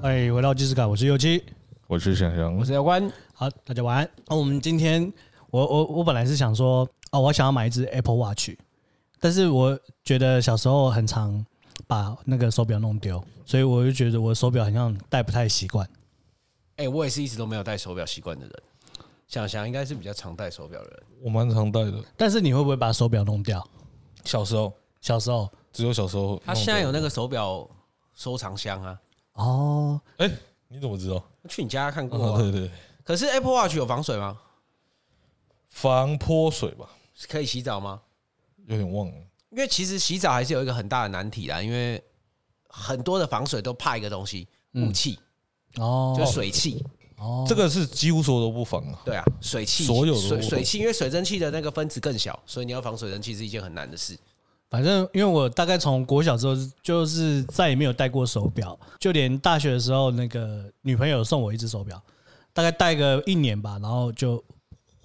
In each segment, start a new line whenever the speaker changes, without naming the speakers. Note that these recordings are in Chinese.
欢哎迎回到即视感，我是右七。
我是想想
我，是姚关，
好，大家晚安。那、我们今天，我我我本来是想说，哦，我想要买一只 Apple Watch，但是我觉得小时候很常把那个手表弄丢，所以我就觉得我手表好像戴不太习惯。
哎、我也是一直都没有戴手表习惯的人，想想应该是比较常戴手表的人。
我蛮常戴的，
但是你会不会把手表弄掉？
小时候
小时候
只有小时候。
他现在有那个手表收藏箱啊，
哦，
哎、你怎么知道？
去你家看过
啊、
啊。
对对，对
可是 Apple Watch 有防水吗？
防泼水吧，
可以洗澡吗？
有点忘了。
因为其实洗澡还是有一个很大的难题啦，因为很多的防水都怕一个东西，
嗯
雾气，
哦，
就是水汽。
哦，
这个是几乎所有都不防啊。
对啊，水汽，
所有的
水
雾
水汽，因为水蒸气的那个分子更小，所以你要防水蒸气是一件很难的事。
反正因为我大概从国小之后，就是再也没有戴过手表，就连大学的时候，那个女朋友送我一只手表，大概戴个一年吧，然后就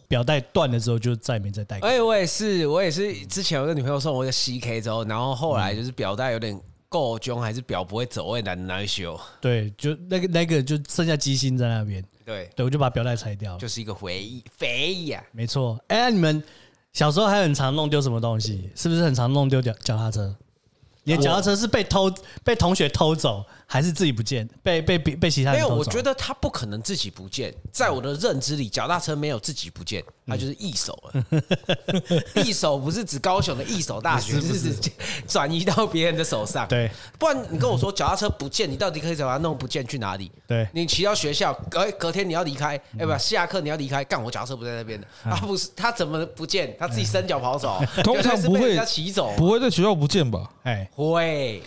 表带断了之后，就再也没再戴过。
哎、我也是，我也是。之前有个女朋友送我一个 CK 之后，然后后来就是表带有点够囧，还是表不会走，我也难难修。
对，就那个那个就剩下机芯在那边，
对，
对我就把表带拆掉了。
就是一个回忆，啊肥呀、
没错，哎、你们小时候还很常弄丢什么东西？是不是很常弄丢脚脚踏车？你
啊
的脚踏车是被偷被同学偷走，还是自己不见？被被被被其他
没
人偷
有，
走？
我觉得他不可能自己不见，在我的认知里，脚踏车没有自己不见，
嗯
他就是一手了。 一手不是指高雄的一手大学，是指转移到别人的手上。
对，
不然你跟我说脚踏车不见，你到底可以把它弄不见去哪里？
对
你骑到学校，隔隔天你要离开，
嗯
哎，不，下课你要离开，干我脚踏车不在那边的，啊，不是他怎么不见？他自己伸脚跑走，
通常不
绝对是被
会
人家骑走，啊
不会在学校不见吧？
哎，
会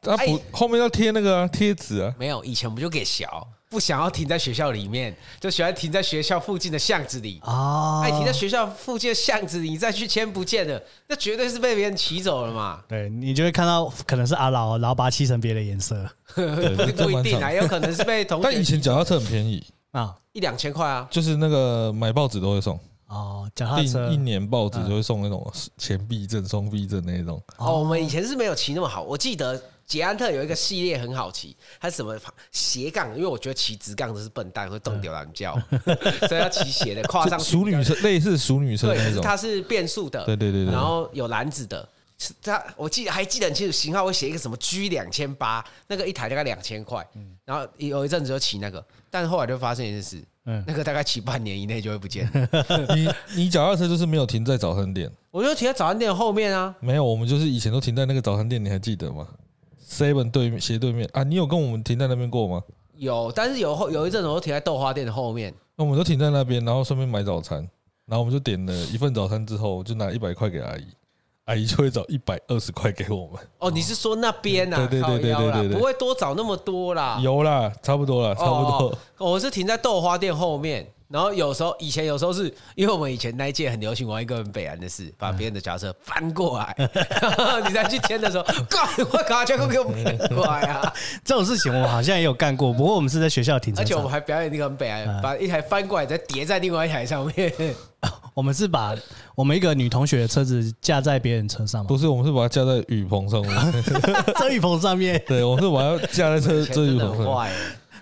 他不、
哎
后面要贴那个啊贴纸啊，
没有以前我们就给小，不想要停在学校里面，就喜欢停在学校附近的巷子里。
啊，
哎，停在学校附近的巷子里，你再去签不见了，那绝对是被别人骑走了嘛。
对你就会看到可能是阿老，然后把它漆成别的颜色
对，
不
这
不一
蛮
定啊，
常。
有可能是被同
但以
学
前脚踏车很便宜，
啊
一两千块啊。
就是那个买报纸都会送，
哦，脚踏车
一一年报
嗯
纸就会送那种钱币证、双币证那种。
哦，我们以前是没有骑那么好。我记得捷安特有一个系列很好骑，它是什么斜杠？因为我觉得骑直杠的是笨蛋，会冻掉懒 觉，所以要骑斜的，跨上去
熟女车类似熟女车
对，可
那
是
种，
它是变速的，
对对对对
然后有篮子的，是它我记得还记得很清楚，型号会写一个什么 G 两千八，那个一台大概两千块，
嗯
然后有一阵子就骑那个，但是后来就发现一件事，
嗯
那个大概骑半年以内就会不见，
你你脚踏车就是没有停在早餐店，
我就停在早餐店后面啊，
没有，我们就是以前都停在那个早餐店，你还记得吗？Seven 对面斜对面啊，你有跟我们停在那边过吗？
有，但是有后有一阵子我都停在豆花店的后面，
那我们都停在那边，然后顺便买早餐，然后我们就点了一份早餐之后，就拿一百块给阿姨，阿姨就会找一百二十块给我们。
哦，你是说那边呐、啊？
对对对对
靠腰啦
对对对
不会多找那么多
啊
啦。
有啦，差不多啦，差不
哦
多。
哦我是停在豆花店后面，然后有时候以前有时候是因为我们以前那一届很流行玩一个很北南的事，把别人的脚踏车翻 过来， 然后你再去签的时候，干我靠，全部给我翻过来 啊！
这种事情，我好像也有干过，不过我们是在学校停车
而且我们
场，
还表演那个很北南，
啊
把一台翻过来再叠在另外一台上 面。
我们是把我们一个女同学的车子架在别人车 上嘛，
不是，我们是把它架在雨棚上 面。
遮雨棚上面
对，我们是把它架在车遮
真
雨
的
棚
很
上面。
坏欸，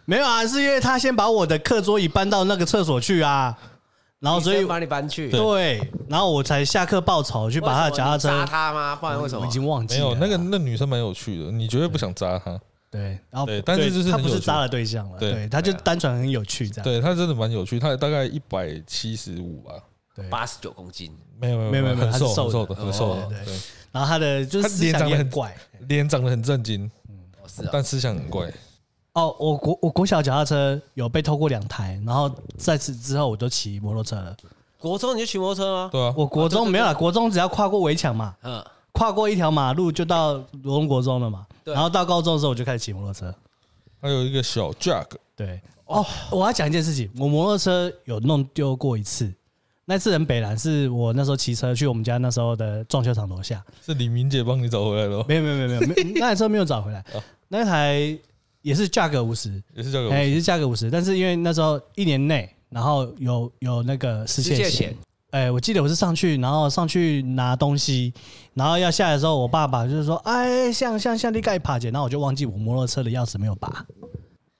没有啊，是因为他先把我的课桌椅搬到那个厕所去啊，然后所以
把你搬去，
对，然后我才下课报仇去把他的脚踏
为什么你
车
砸，他吗？不然为什
我
么
已？经忘记
没
了
有那个那女生蛮有趣的，你绝对不想扎她。
对，然后
对但
对
是就是
他
很
不
有
是
趣
渣的对象了，
对
对，他就单纯很有趣这样，
对她真的蛮有趣，她大概一百七十五吧。
对，
八十九公斤，
没有没有
没有没有
很
她是
瘦
瘦
很瘦
的
的很瘦
哦
的，
对对
对，
然后他的就是
他
思
脸
想
长
也
得
很
很
怪，
脸长得很震惊，
哦是啊，
但思想很怪。
哦，我国我国小脚踏车有被偷过两台，然后在此之后我就骑摩托车了。
国中你就骑摩托车吗？
对啊，
我国中没有啦，国中只要跨过围墙嘛，
嗯，
跨过一条马路就到罗东国中了嘛。
对
然后到高中的时候我就开始骑摩托车。
还有一个小 Jack，
对，哦，我要讲一件事情，我摩托车有弄丢过一次。那次很北兰，是我那时候骑车去我们家那时候的撞球场楼下，
是李明姐帮你找回来的哦，
没有没有没有没有， 没有那台车没有找回来，那台也是价格五十，
也是叫
哎，
给
也是价格五十，但是因为那时候一年内，然后有有那个失窃
界
险，
险，
哎、我记得我是上去，然后上去拿东西，然后要下来的时候，我爸爸就是说：“哎，像像像你盖爬姐。”然后我就忘记我摩托车的钥匙没有拔，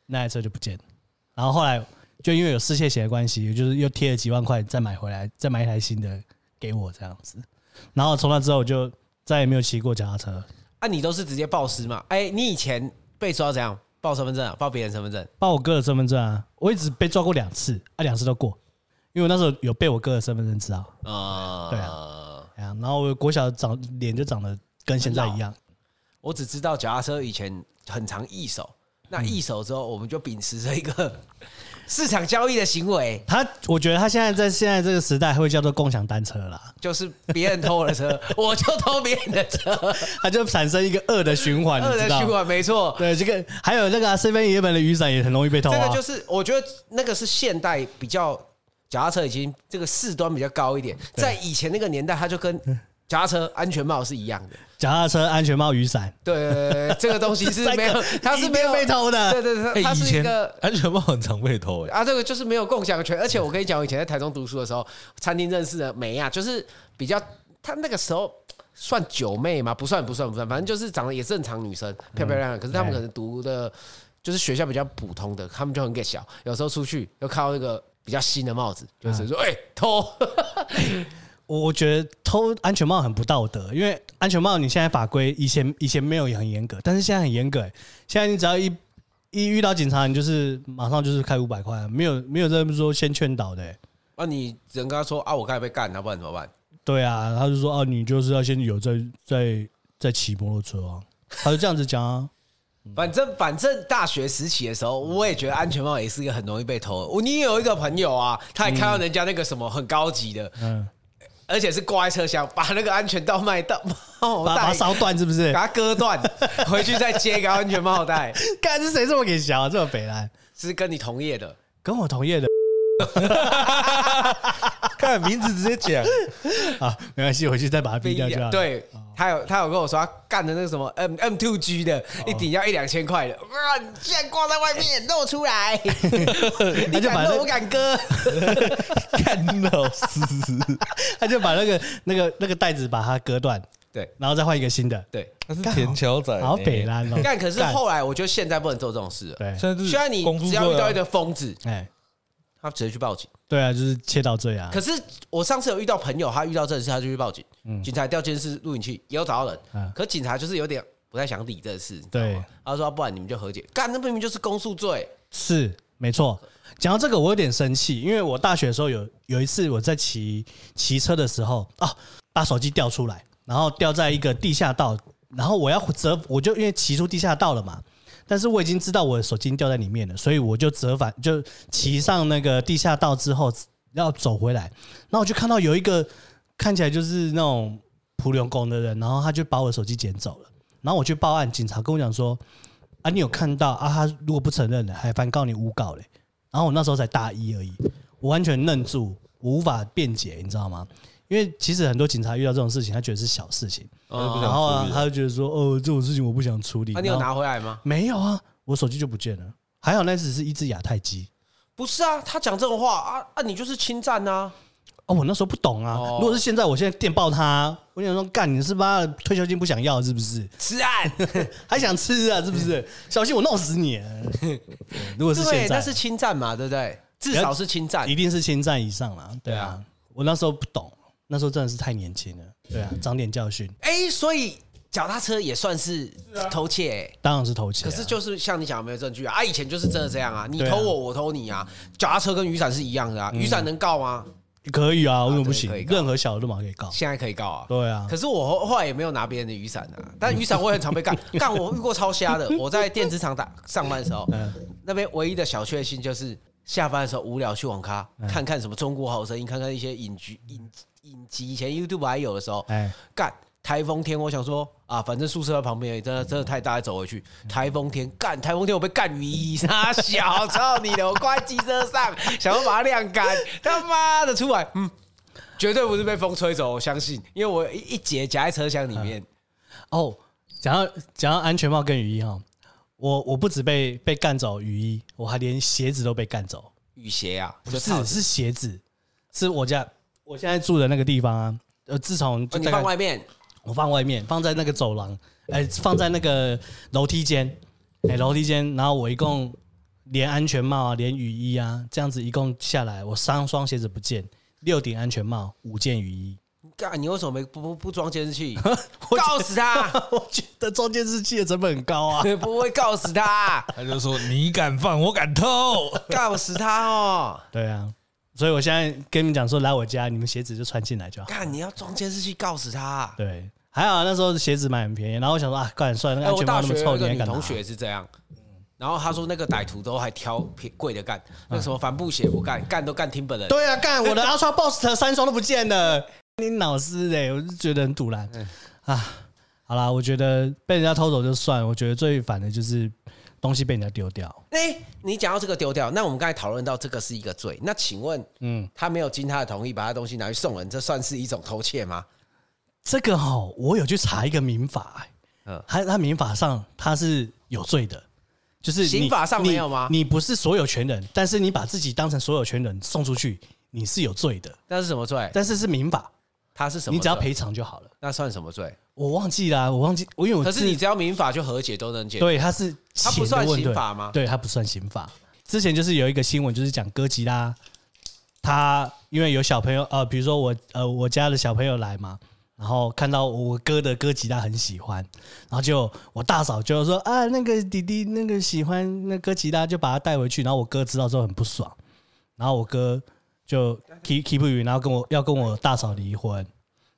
那台车就不见了。然后后来就因为有失窃险的关系，就是又贴了几万块再买回来，再买一台新的给我这样子。然后从那之后我就再也没有骑过脚踏车，
啊，你都是直接报失嘛？哎、你以前被抓怎样？报身份证啊？报别人身份证？
报我哥的身份证啊，我一直被抓过两次，啊两次都过，因为我那时候有被我哥的身份证知道，
啊、
对哎呀，然后我国小长脸就长得跟现在一样，
我只知道脚踏车以前很常易手，
嗯
那易手之后，我们就秉持着一个 市场交易的行为，
他，我觉得他现在在现在这个时代会叫做共享单车啦，
就是别人偷我 的车，我就偷别人的车，
他就产生一个恶的循环，
二
啊你
人
知
循
道？
环没错。
对，这个还有那个啊身边原本的雨伞也很容易被偷
这
啊
个。就是我觉得那个是现代比较脚踏车已经这个事端比较高一点，在以前那个年代，它就跟
嗯
脚踏车安全帽是一样的。
脚踏车、安全帽、雨伞，
对对对对，这个东西 是
这三个
没有，它是没有
一定被偷的
对对对，
哎
它，
以
是一
前
个。
安全帽很常被偷，哎，
啊，这个就是没有共享权，而且我跟你讲，我以前在台中读书的时候，餐厅认识的美亚，就是比较，她那个时候算九妹嘛，不算不算不算，反正就是长得也正常女生，漂漂亮
嗯
亮。可是他们可能读的就是学校比较普通的，他们就很给小，有时候出去又看到那个比较新的帽子，就是
嗯
说哎、偷，
我我觉得偷安全帽很不道德，因为安全帽你现在法规以前以前没有也很严格，但是现在很严格、欸。现在你只要一一遇到警察，你就是马上就是开五百块啊，没有没有这么说先劝导的欸、
那、你只能跟他说啊，我刚才被干，要不然怎么办？
对啊，他就说哦、你就是要先有在在在骑摩托车啊，他就这样子讲啊。
反正反正大学时期的时候，我也觉得安全帽也是一个很容易被偷的。我你也有一个朋友啊，他也看到人家那个什么很高级的，
嗯，
而且是挂在车厢，把那个安全帽卖到 帽
把把它
带
烧断是不是
给？它割断， 回去再接一个安全帽带，
看是谁这么给小、啊，这么北蓝，
是跟你同业的。
跟我同业的
看名字直接讲，
啊，没关系，回去再把它逼掉就好了。哦
对，他有他有跟我说，他干的那个什么 M M two G 的，一顶要一两千块的，哇！你竟然挂在外面露出 来，
他
你
就把
敢
那
露我敢割，
干老师，
他就把那个那个那个袋子把它割断，
对
然后再换一个新的，
对，
他是田桥仔，
好北
啦。
蓝哦。
干。可是后来我觉得现在不能做这种事了，
对，
现在是
虽然你
公路
只要遇
队啊
到一个疯子，
哎，
他直接去报警。
对啊，就是切到这啊
可。是我上次有遇到朋友，他遇到这件事，他就去报警，警察调监视录影器，也有找到人，
嗯
可警察就是有点不太想理这事，你知道
对
吗？他说啊不然你们就和解，干那明明就是公诉罪，
是没错。讲到这个，我有点生气，因为我大学的时候有有一次我在骑骑车的时候啊，把手机掉出来，然后掉在一个地下道，然后我要折，我就因为骑出地下道了嘛，但是我已经知道我的手机掉在里面了，所以我就折返，就骑上那个地下道之后要走回来，然后我就看到有一个看起来就是那种普流工的人，然后他就把我的手机捡走了，然后我去报案，警察跟我讲说，啊，你有看到啊？他如果不承认了，还反告你诬告嘞。然后我那时候才大一而已，我完全愣住，我无法辩解，你知道吗？因为其实很多警察遇到这种事情，他觉得是小事情，
不
然
想
后
处
啊
理
他就觉得说，哦，这种事情我不想处理。
那、啊你有
然后
拿回来吗？
没有啊，我手机就不见了。还好那只是一只亚太鸡
不是啊，他讲这种话啊啊，你就是侵占啊，
哦，我那时候不懂啊。
哦
如果是现在，我现在电爆他，我想说，干你是吧？退休金不想要是不是？
吃 案，
还想吃啊是不 是？小心我弄死你！对如果是
对
现，在，
那是侵占嘛，对不对？至少是侵占
一，定是千战以上啦。对
啊对
啊
啊，
我那时候不懂，那时候真的是太年轻了。对
嗯
啊，长点教训，
哎、所以脚踏车也算是偷窃、欸
当然是投钱、
可
啊。
是就是像你讲的没有证据啊，啊以前就是真的这样啊，你
对啊嗯
偷我，我偷你啊，脚踏车跟雨伞是一样的啊，雨伞能告吗？
可以啊，为什么不行
对可以？告
任何小的都马可以告。
现在可以告啊，
对啊
可，是我后后来也没有拿别人的雨伞啊，但雨伞我也很常被干 干。我遇过超瞎的，我在电子厂打上班的时候，
嗯
那边唯一的小确幸就是下班的时候无聊去网咖
嗯
看看什么《中国好声音》，看看一些影剧影影集，以前 YouTube 还有的时候，
哎，
干台风天，我想说啊，反正宿舍在旁边而已，真的真的太大，走回去。台风天干，台风天我被干雨衣，他小操你的，我挂在机车上，想要把它晾干，他妈的出来，嗯，绝对不是被风吹走，我相信，因为我一一节夹在车厢里面，
哦，讲到讲到安全帽跟雨衣哈，我我不止被被干走雨衣，我还连鞋子都被干走。
雨鞋啊，
不
就套
是
着
是鞋子，是我家我现在住的那个地方啊。呃，自从
哦
就
你
大概
放外面，
我放外面，放在那个走廊，哎、放在那个楼梯间，哎、楼梯间，然后我一共连安全帽啊，连雨衣啊，这样子一共下来，我三双鞋子不见，六顶安全帽，五件雨衣。
干，你为什么没不不不装监视 器？告死 他！
我觉得装监视器的成本很高 啊。
不会告死他，
他就说你敢放，我 敢偷。
告死他哦！
对啊，所以我现在跟你们讲说，来我家，你们鞋子就穿进来就好。
干，你要装监视器告死他。
对，还好那时候鞋子买很便宜，然后我想说啊，干算了，那个
哎，
安
我
全帽
大
那
学
么臭，
有一
你
个
还
女
敢拿
同？学是这样，然后她说那个歹徒都还挑便贵的干，那个什么帆布鞋我干干都干听本人。
对啊， 干我的 Ultra Boost 三双都不见了，你老师嘞，我就觉得很堵然
嗯
啊。好啦，我觉得被人家偷走就算，我觉得最烦的就是东西被人家丢掉。
哎、你讲到这个丢掉，那我们刚才讨论到这个是一个罪，那请问，嗯，他没有经他的同意把他东西拿去送人，这算是一种偷窃吗？
这个哈、我有去查一个民法、欸，
嗯
他他民法上他是有罪的，就是你
刑法上没有吗
你？你不是所有权人，但是你把自己当成所有权人送出去，你是有罪的，
那是什么罪？
但是是民法，
他是哎什么罪？
你只要赔偿就好了。
那算什么罪？
我忘记啦、我忘记，我因为我
可是你只要民法就和解都能解决。
对他是
它不
钱的
算
问
刑
对
法吗
对，他不算刑法。之前就是有一个新闻，就是讲哥吉拉，他因为有小朋友呃，比如说我呃我家的小朋友来嘛，然后看到我哥的哥吉拉很喜欢，然后就我大嫂就说啊那个弟弟那个喜欢那哥吉拉，就把他带回去，然后我哥知道之后很不爽，然后我哥就 keep keep 语，然后跟我要跟我大嫂离婚。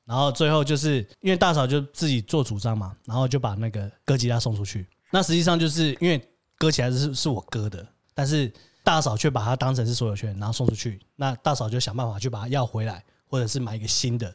然后最后就是因为大嫂就自己做主张嘛，然后就把那个哥吉拉送出去。那实际上就是因为哥吉拉是是我哥的，但是大嫂却把它当成是所有权，然后送出去。那大嫂就想办法去把它要回来，或者是买一个新的，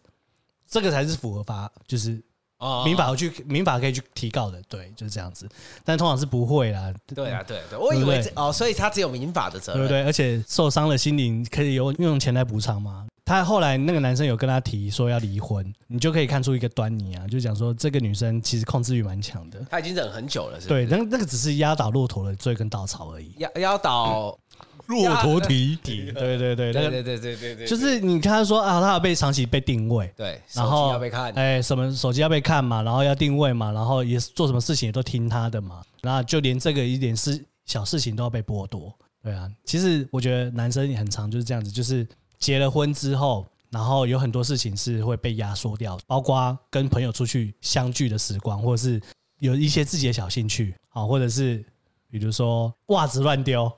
这个才是符合法，就是
哦
民法去民法可以去提告的，对，就是这样子。但通常是不会啦，
对啊，对对，我以为
对不
这哦，所以他只有民法的责
对
任。
不对？而且受伤了心灵可以用用钱来补偿吗？他后来那个男生有跟他提说要离婚，你就可以看出一个端倪啊，就讲说这个女生其实控制欲蛮强的。
他已经忍很久了，是吧？
对，那那个只是压倒骆驼的最根稻草而已。
压压倒，
骆驼蹄，
对对嗯对，那个
对对对对对对，
就是你看他说啊，他有被长期被定位，
对，手
然
机
后
要被看，
哎，什么手机要被看嘛，然后要定位嘛，然后也做什么事情也都听他的嘛，然后就连这个一点事小事情都要被剥夺，对啊，其实我觉得男生也很常就是这样子，就是结了婚之后，然后有很多事情是会被压缩掉，包括跟朋友出去相聚的时光，或者是有一些自己的小兴趣啊，或者是比如说袜子乱丢。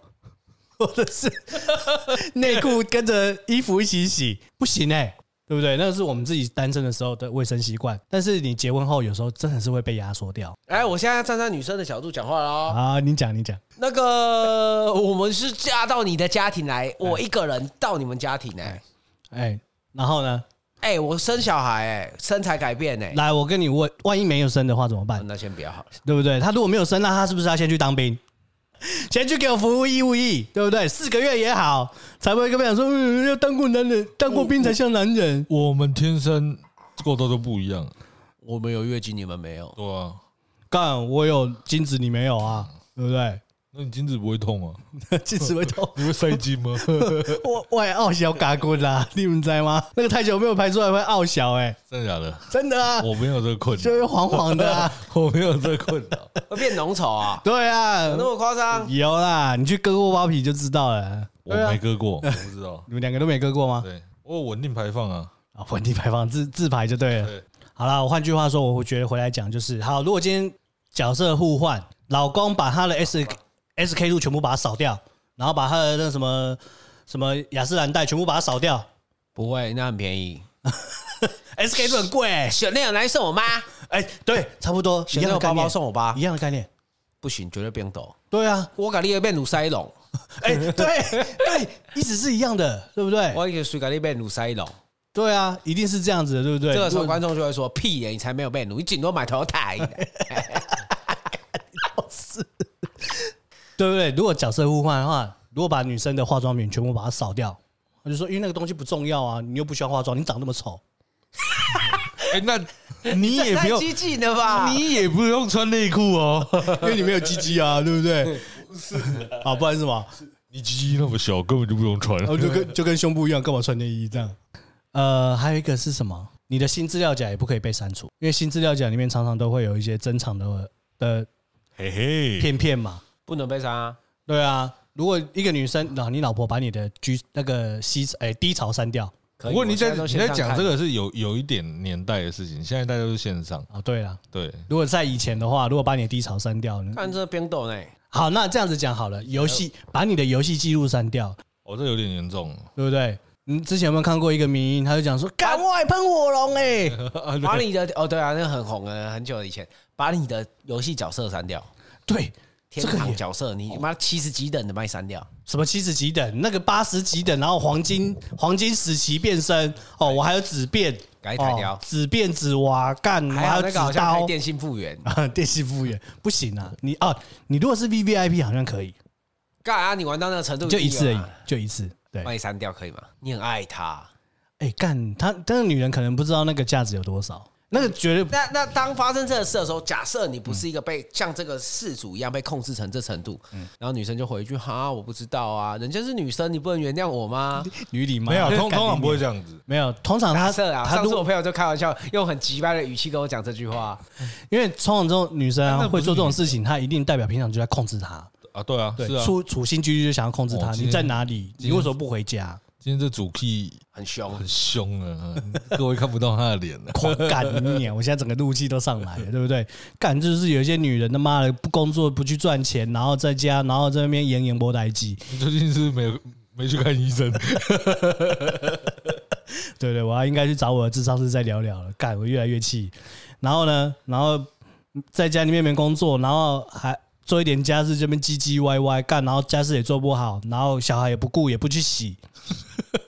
或者是 内裤跟着衣服一起洗，不行哎、对不对？那是我们自己单身的时候的卫生习惯，但是你结婚后有时候真的是会被压缩掉
哎，我现在站在女生的角度讲话了哦。
啊！你讲，你讲，
那个， 我们是嫁到你的家庭来，我一个人到你们家庭哎、
哎，然后呢？
哎、我生小孩哎、身材改变哎、哦
来，我跟你问，万一没有生的话怎么办？
那先不要好了。
对不对？他如果没有生，那他是不是要先去当兵？先去给我服务义务役，对不对？四个月也好，才不会跟别人说，嗯，要当过男人，当过兵才像男人。
我们天生构造都不一样，
我们有月经，你们没有。
对啊，
干，我有精子，你没有啊？对不对？
那你精子不会痛啊？
精子会痛，
你会塞精吗？
我我也傲小嘎棍啦，你们知道吗？那个太久没有排出来会傲小、欸，哎，
真的假的？
真的啊，
我没有这个 困
就
扰，
会黄黄的 啊。
我没有这个困 扰。
会变浓稠 啊？
对
有
啊
那，么夸张？
有啦，你去割过包皮就知道了。
我
对啊。
没割过，我不知道
你们两个都没割过吗？
对，我有稳定排放啊。
啊，本地排放自自排就对了
对。
好啦，我换句话说，我觉得回来讲就是，好，如果今天角色互换，老公把他的 S S K 路全部把它扫掉，然后把他的那什么什么雅诗兰黛全部把它扫掉
不会，那很便宜。
，S K 路很贵、欸，
选那有来送我妈，
哎、对，差不多一
选
样
那
的
有
概
包
念
包，送我爸
一，样的概念。
不行，绝对变抖。
对啊，
我咖喱变乳塞龙，
哎、对对，一直是一样的，对不对？
我一个水咖喱变乳塞龙。
对啊，一定是这样子的，对不对？
这个时候
如果
观众就会说：“屁耶，你才没有变乳，你顶多买头 台。
对不对？如果角色互换的话，如果把女生的化妆品全部把它扫掉，我就说，因为那个东西不重要啊，你又不需要化妆，你长那么丑，
哎，那你”也不
太
用，
激进了吧？
你也不用穿内裤 哦。
因为你没有鸡鸡啊，对不对？是啊，不然是什么？
你鸡鸡那么小，根本就不用穿。
哦然后就跟就跟胸部一样，干嘛穿内衣这样？呃，还有一个是什么？你的新资料夹也不可以被删除，因为新资料夹里面常常都会有一些珍藏的的
嘿嘿，
片片嘛。
不能被杀啊。
对啊，如果一个女生，然后你老婆把你的居那个西哎低潮删掉
可以
不过你
现
在
都
你
线
在
上
讲
看
这个是有有一点年代的事情，现在大家都是线上，
啊，对了，
对，
如果在以前的话，如果把你的低潮删掉，嗯
看这边斗呢，
好，那这样子讲好了，游戏把你的游戏记录删掉，
哦，这有点严重了。
对不对？你之前有没有看过一个迷因？他就讲
啊
说，赶快喷火龙 哎、
把你的哦对啊，那很红的，很久以前，把你的游戏角色删掉，
对，
天
这个
堂
也
角色，你妈七十几等的把你删掉，
什么七十几等，那个八十几等，然后黄金黄金时期变身哦，我还有紫变，
哦改台雕
哦紫变紫娃干，我
还
还
好
有
那
紫
个好像可
刀
以电信复原，
啊， 电信服务员不行啊，你啊，你如果是 V V I P 好像可以，
干啊你玩到那个程度
就一次而
定有
已
啊，
就一次，对
把，你删掉可以吗？你很爱他，
哎干，他但是女人可能不知道那个价值有多少，那个绝对
那那当发生这个事的时候，假设你不是一个被像这个事主一样被控制成这程度，
嗯
然后女生就回一句哈，我不知道啊，人家是女生，你不能原谅我吗？
女礼貌，
没有，通
干
通常
你
不会这样子。
没有，通常
假
他
设啊，
他
上
如
次我
果
朋友就开玩笑用很急掰的语气跟我讲这句话，
因为通常这种女生
那
啊
不
会
是
做这种
女
事情，她一定代表平常就在控制她，
啊，对啊，
对
是，啊。
处处心积虑就想要控制
哦
她，
今
你
天
在哪里？你
天
为什么不回家？
今天这主 key
很凶，
很凶啊， 各位看不到他的脸啊了。
狂干你 娘！我现在整个怒气都上来了，对不对？干就是有一些女人他妈的不工作不去赚钱，然后在家，然后在那边演演播台机。
你 最近是不是没有没去看医生？
对对，我要应该去找我的智商师再聊聊了。干，我越来越气。然后呢，然后在家里面没工作，然后还做一点家事，这边唧唧歪歪干，然后家事也做不好，然后小孩也不顾，也不去 洗。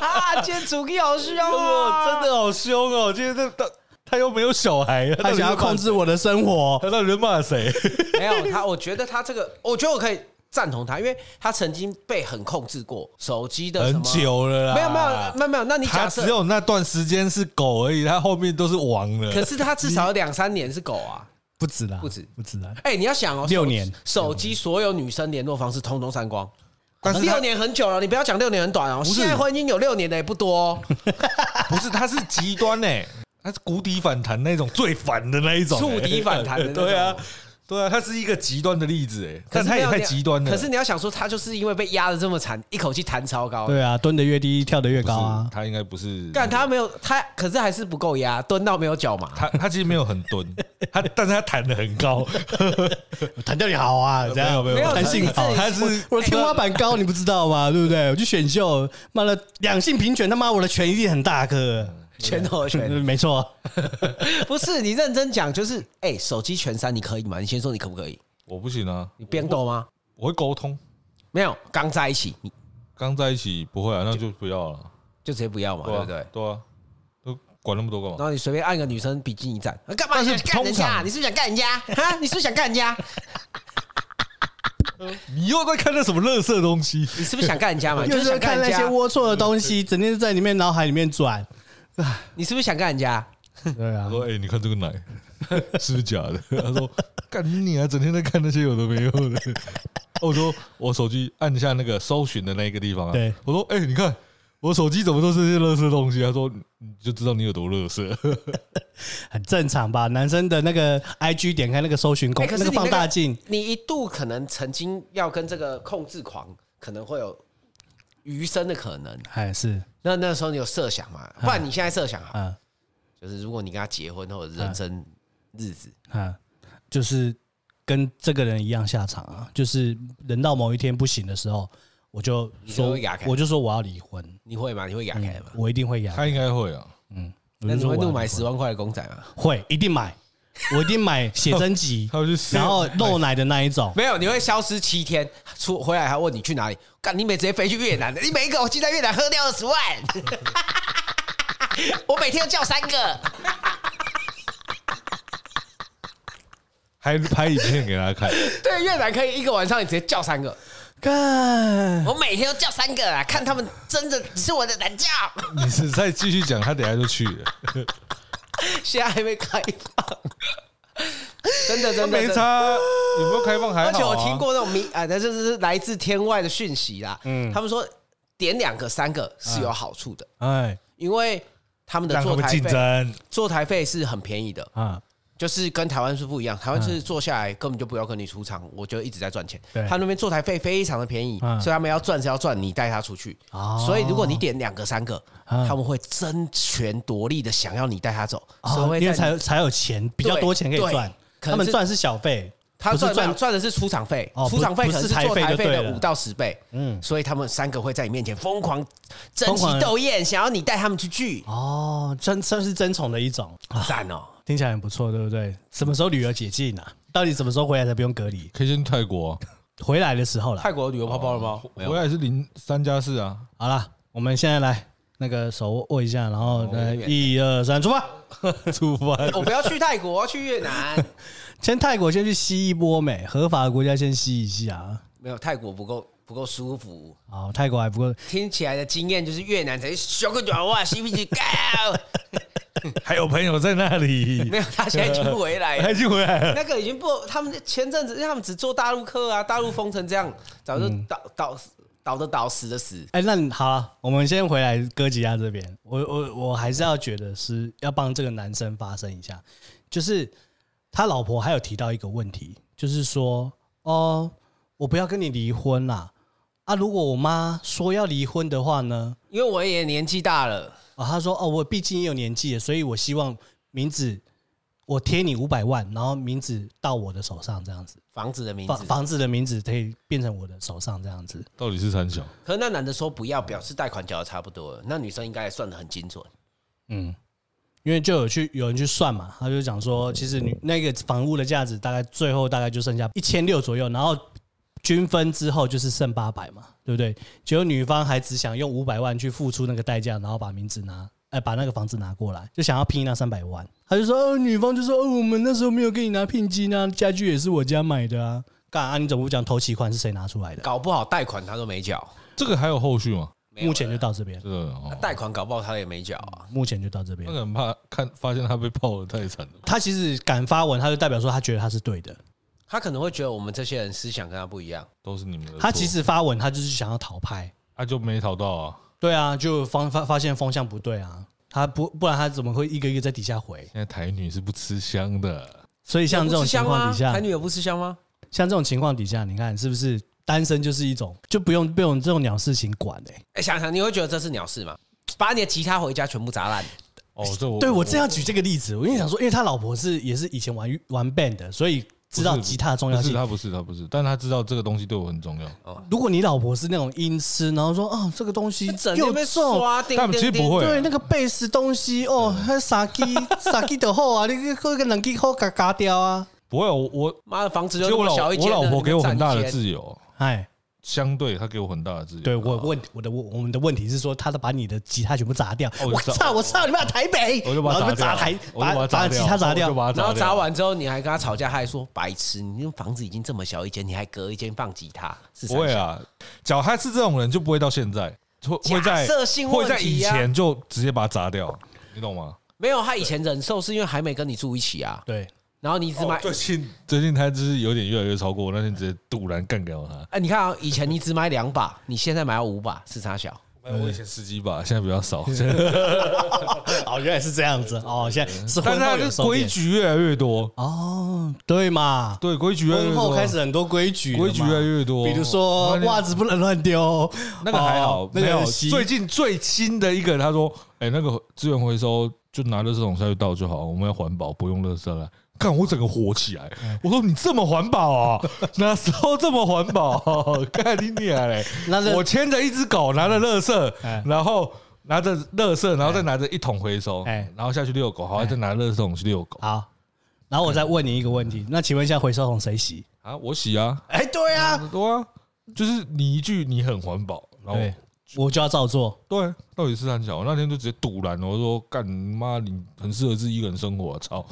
啊，今天主 K 好凶啊
哇，真的 好凶哦！今天这他他又没有小孩，
他想要控制我的生活，
他到底在骂谁？
没有他，我觉得他这个，我觉得我可以赞同他，因为他曾经被很控制过手机的 什
很
么。
久了啦，
没有没有没有没有，那你
他
假设
只有那段时间是狗而已，他后面都是王了。
可是他至少有两三年是狗啊。
不止啦，
不止
不止啦。
哎、你要想哦，
六
手
年
手机所有女生联络方式通通删光。
但是他
六年很久了，你不要讲六年很短哦。
是
现在婚姻有六年的也不多、哦，
不是，他是极端呢、欸他是谷底反弹那种最反的那一种欸、
触底反弹的那 种
对啊，对啊，他是一个极端的例子哎、
可
但
是
他也
没有
太极端了。
可是你要想说，他就是因为被压的这么惨，一口气弹超高。
对啊，蹲得越低，跳得越
不
高啊
是。他应该不是
干他没有他，可是还是不够压，蹲到没有脚麻。
他他其实没有很蹲，他但是他弹的很 高，
弹跳你好啊，这样
没有没
有
弹性好，
他
他
是
是我的天花板高，你不知道吗？对不对？我去选秀，妈的两性平权，他妈我的拳一定很大 颗，
拳头的拳，
嗯 没错，
不是你认真讲，就是哎、手机全删你可以吗？你先说你可不可以？
我不行啊，
你边斗吗？
我会沟通。
没有，刚在一起你
刚在一起不会啊，那就不要了，
就直接不要嘛，对
啊
不对？
对啊，都管那么多干嘛？
然后你随便按个女生比基尼站，啊干嘛？
但是
你想干
通
人家？
常
你是不是想干人家？哈，你是不是想干人家？
你又在看那什么垃圾东西？
你是不是想干人家嘛？啊你就
就是是
想干嗯
看
人
那些
家。
龌龊的东西，整天在里面脑海里面 转。
你是不是想干人家？
对啊
我，说：“哎、你看这个奶 是不是假的？” 他说：“干你啊，整天在看那些有的没有的。” 哦我说：“我手机按一下那个搜寻的那个地方啊。”
对，
我说：“哎、你看我手机怎么都是这些垃圾东西？”他说：“你就知道你有多垃圾。
很正常吧？男生的那个 IG 点开那个搜寻功
哎，可是
那个
你那
放
个
大镜，
你一度可能曾经要跟这个控制狂可能会有余生的可能。
哎是，
那那时候你有设想嘛？不然你现在设想啊，
嗯
就是如果你跟他结婚或者人生日子，
嗯，就是跟这个人一样下场啊，就是人到某一天不行的时候，我就
你就
说
会给他看
我就说我要离婚，嗯
你会吗？你会牙开吗？
我一定会”养。
他应该会啊，
那你会
我就说我要
怒
离
买
婚
十万块的公仔吗？
会，一定买，我一定买写真 集
他，会去撕
然后漏奶的那一种。
没有，你会消失七天，出回来还问你去哪里？干，你每直接飞去越南的，你每一个我记在越南喝掉二十万， 我每天要叫三个。
还拍影片给他 看。
对，越南可以一个晚上你直接叫三个，
干，
我每天都叫三个啊，看他们真的吃我的懒觉。
你是再继续讲，他等下就去了，
现在还没开放， 真的
他
真的
没
真的
差啊，有没有开放还好、啊。
而且我听过那种民啊，那这是来自天外的讯息啦。嗯，他们说点两个、三个是有好处的，
哎
因为他们的
让
坐
他们
台
竞
费，
争
坐台费是很便宜的。
啊，
就是跟台湾是不一样，台湾是坐下来根本就不要跟你出场，我就一直在赚钱。
对
他那边坐台费非常的便宜，
嗯
所以他们要赚是要赚你带他出去。
哦
所以如果你点两个三个，
嗯
他们会争权夺利的想要你带他走，所以
哦
会
因为
在你
才才有钱，比较多钱可以
对
赚。
可能
他们
是
赚是小费，
他
不
赚
是
赚赚的是出场费
哦，不
出场费
不
可能
是
是
台
做
费
台
就
费
对
的
了
五到十倍，
嗯
嗯，所以他们三个会在你面前疯狂争
疯
奇
狂地
斗艳，想要你带他们 出去，
哦，算算是争宠的一种，
赞哦！
听起来很不错，对不对？什么时候旅游解禁啊？到底什么时候回来才不用隔离？
可以先去泰国啊，
回来的时候啦。
泰国旅游泡泡了吗？
哦
没有
回来也是零三加四啊，
好啦，我们现在来那个手握一下，然后呢，
哦远
一二三， 出发，出发。
我不要去泰国，我要去越南。
先泰国先去吸一波美，合法的国家先吸一下。啊
没有泰国不够不够舒服，
好，泰国还不够，
听起来的经验就是越南才是修个短袜，CP 值高。
还有朋友在那里，
没有，他现在就回来
还
了。
去回来了。
那个已经不，他们前阵子他们只做大陆客啊，大陆封成这样，早
嗯
就倒倒倒的倒，死的死。
哎、那你好了，我们先回来哥吉拉这边。我我我还是要觉得是要帮这个男生发声一下，就是他老婆还有提到一个问题，就是说哦，我不要跟你离婚啦。啊，如果我妈说要离婚的话呢？
因为我也年纪大了，
啊，他说哦，我毕竟也有年纪了，所以我希望名字我贴你五百万，然后名字到我的手上这样子，
房子的名
房
字。
房子的名字可以变成我的手上这样子。
到底是三小？
可是那男的说不要，表示贷款缴的差不多了。那女生应该也算的很精准。
嗯，因为就有去有人去算嘛，他就讲说，其实你那个房屋的价值大概最后大概就剩下一千六左右，然后均分之后就是剩八百嘛，对不对？结果女方还只想用五百万去付出那个代价，然后把名字拿。哎，把那个房子拿过来，就想要拼那三百万。他就说，哦，女方就说，哦，我们那时候没有给你拿聘金啊，家具也是我家买的啊。干啊，你怎么不讲头期款是谁拿出来的？
搞不好贷款他都没缴，
这个还有后续吗？
没有
目前
了
就到这边，
这个哦，
贷款搞不好他也没缴啊。
目前就到这边
那。个很怕看发现他被泡的太惨了。
他其实敢发文，他就代表说他觉得他是对的。
他可能会觉得我们这些人思想跟他不一样。
都是你们的错。
他其实发文，他就是想要讨拍。
他就没讨到啊，
对啊，就方发发现风向不对啊，他不不然他怎么会一个一个在底下回？
现在台女是不吃香的，
所以像这种情况底
有不吃香
下
吗台，女有不吃香吗？
像这种情况底下，你看是不是单身就是一种就不用被我们这种鸟事情管哎、
哎、想想你会觉得这是鸟事吗？把你的吉他回家全部砸烂，
哦，这我
对我正要举这个例子，我跟你想说，因为他老婆是也是以前玩玩 band 的，所以知道
不是
吉他的重
不
要
是
性。
他不是他不是，但他知道这个东西对我很重要。
如果你老婆是那种音痴，然后说啊这个东西
一整
又
天被
重，
刷叮
他们
叮
其实不
叮
会
对，那个贝斯东西哦，还傻 鸡傻鸡的好啊，你个个两鸡好嘎嘎掉啊，
不会，我我
妈的房子
其
就
实
那
我
么
老
小一间
我
的，
老婆给我很大
你
的
们占一间
自由，
哎，
相对啊她给我很大的自由。
对我问我的我我们的问题是说，他都把你的吉他全部砸掉，
哦
我
我知道
操我操你妈台北，
我就把
然后
它
就砸
砸
台
掉，我就
把
它
吉他砸掉
我就，把它
然后
掉
砸，完之后，你还跟他吵架，他还说白痴，你那房子已经这么小一间，你还隔一间放吉他，是
不会
三小？
啊，脚他是这种人就不会到现在，会会在
假设性
会
问
在以
题啊
前就直接把它砸掉，你懂吗？
没有，他以前忍受是因为还没跟你住一起啊，
对，
然后你一直买，哎、
近哦最近他就是有点越来越超过，我那天直接突然干掉他。
你看啊，以前你只买两把，你现在买到五把，是差小。
我以前十几呃把，现在比较少，现在
哦原来是这样子哦，现在是
但
婚
是他
后有
的
收
规
敛
矩越来越多，
哦，对嘛，
对规矩越来越
婚
多，
后开始很多规矩了嘛，
规矩越来越多。
比如说
那
袜子不能乱丢，
那个还好
哦，那
没有
个
最近最新的一个，他说：“哎，那个资源回收就拿垃圾桶下去倒就好，我们要环保，不用垃圾了。”看我整个火起来，
嗯
我说你这么环保啊？ 哪时候这么环保？ 看你娘嘞！
那是
我牵着一只狗，拿着垃
哎
圾，然后拿着垃圾，然后再拿着一桶回收，
哎
然后下去遛狗，好，再拿垃圾桶去遛狗
好。然后我再问你一个问题，那请问一下回收桶谁洗？
啊！我洗啊，
哎，对啊，
很多啊，就是你一句你很环保，然后
对，我就要照做。
对，啊到底是三小？我那天就直接堵拦了，我说：“干你妈，你很适合自己一个人生活、啊，操！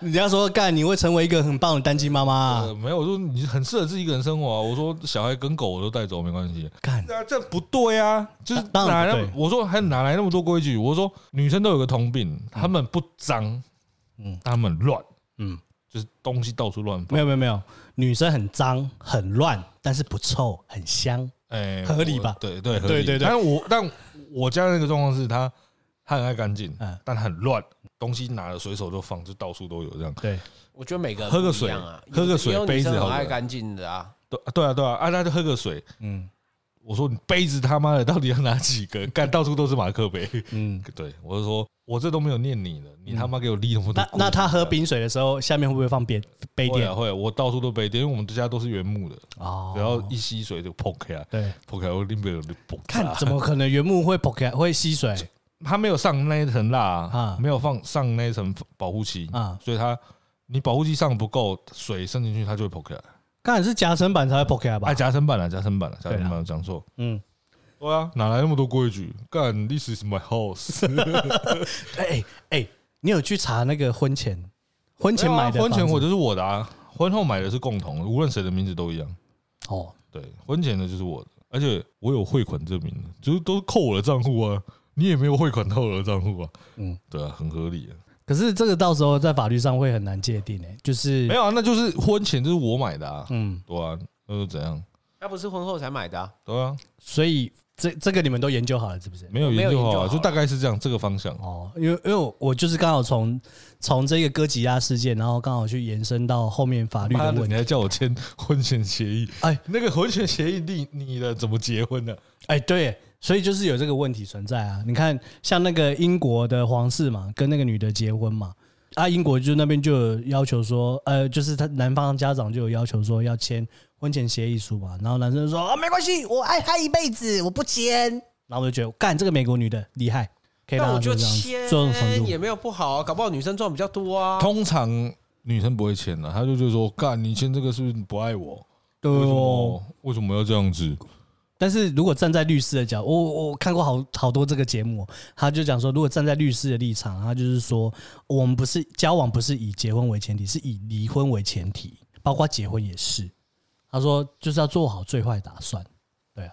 人家说干，你会成为一个很棒的单亲妈妈啊
呃，。没有，我说你很适合自己一个人生活啊。我说小孩跟狗我都带走，没关系。
干，
对啊，这不对啊，就是
当
哪
然
来
不
那么
对
我说还哪来那么多规矩？我说女生都有个通病，她们不脏，嗯
嗯，
她们乱，
嗯，
就是东西到处乱放
没。有没有没有，女生很脏很乱，但是不臭很香。
哎，
合理吧
我对对合理
对对对
但我但我家那个状况是，她它很爱干净
嗯，
但很乱，东西拿了随手就放，就到处都有这样。
对，
我觉得每个人
喝个
不一样啊
水喝个水
有的
杯
有
子
女生
好
很
了
爱干净的啊，
对对啊对啊，啊那就喝个水。
嗯
我说你杯子他妈的到底要拿几个？ 干到处都是马克杯。
嗯。
对，我就说我这都没有念你了，你他妈给我立那么多
那
规矩。啊
那他喝冰水的时候，下面会不会放杯杯
会
垫
啊？会啊，我到处都杯垫，因为我们家都是原木的，
哦
只要一吸水就砰开，
对，
砰开我拎杯就砰。
看怎么可能原木会 p o k 会吸水
它没有上那一层蜡啊
啊，
没有放上那一层保护漆
啊？
所以它你保护漆上不够，水渗进去它就会破开。
当然是夹层板才会 p o k 吧
啊，？夹层板了，夹层板了，夹层
对啊
板了讲错。
嗯，
对啊，哪来那么多规矩？干，this is my house。
哎哎，你有去查那个婚前婚前买的
没有啊婚前
房子
我就是我的啊，婚后买的是共同的，无论谁的名字都一样。
哦，
对，婚前的就是我的，而且我有汇款证明的，就是都扣我的账户啊。你也没有汇款到我的账户啊。
嗯
嗯，对啊，很合理啊。
可是这个到时候在法律上会很难界定诶，就是
没有啊，那就是婚前就是我买的啊。
嗯，
对啊，那又怎样？
他不是婚后才买的啊，
对啊，
所以这这个你们都研究好了是不是？
没有
没有
研究
研究
好
好
啊，就大概是这样这个方向。
哦，因为因为我我就是刚好从从这个哥吉拉事件，然后刚好去延伸到后面法律
妈
的
的，
问
你
题。
还叫我签婚前协议？
哎
哎，那个婚前协议你你的怎么结婚呢、
哎，对，所以就是有这个问题存在啊。你看，像那个英国的皇室嘛，跟那个女的结婚嘛，啊，英国就那边就有要求说，呃，就是他男方家长就有要求说要签婚前协议书嘛，然后男生就说啊，没关系，我爱她一辈子，我不签。然后我就觉得，干这个美国女的厉害，可以让
但我
她做
觉得
这样子做这种程
签也
度。
没有不好啊，搞不好女生赚比较多啊。
通常女生不会签的、她就就说：“干，你签这个是不是你不爱我？
对
为什
哦，
么为什么要这样子？
但是如果站在律师的角，我我我看过好好多这个节目哦，他就讲说，如果站在律师的立场，他就是说，我们不是交往不是以结婚为前提，是以离婚为前提，包括结婚也是。他说就是要做好最坏打算。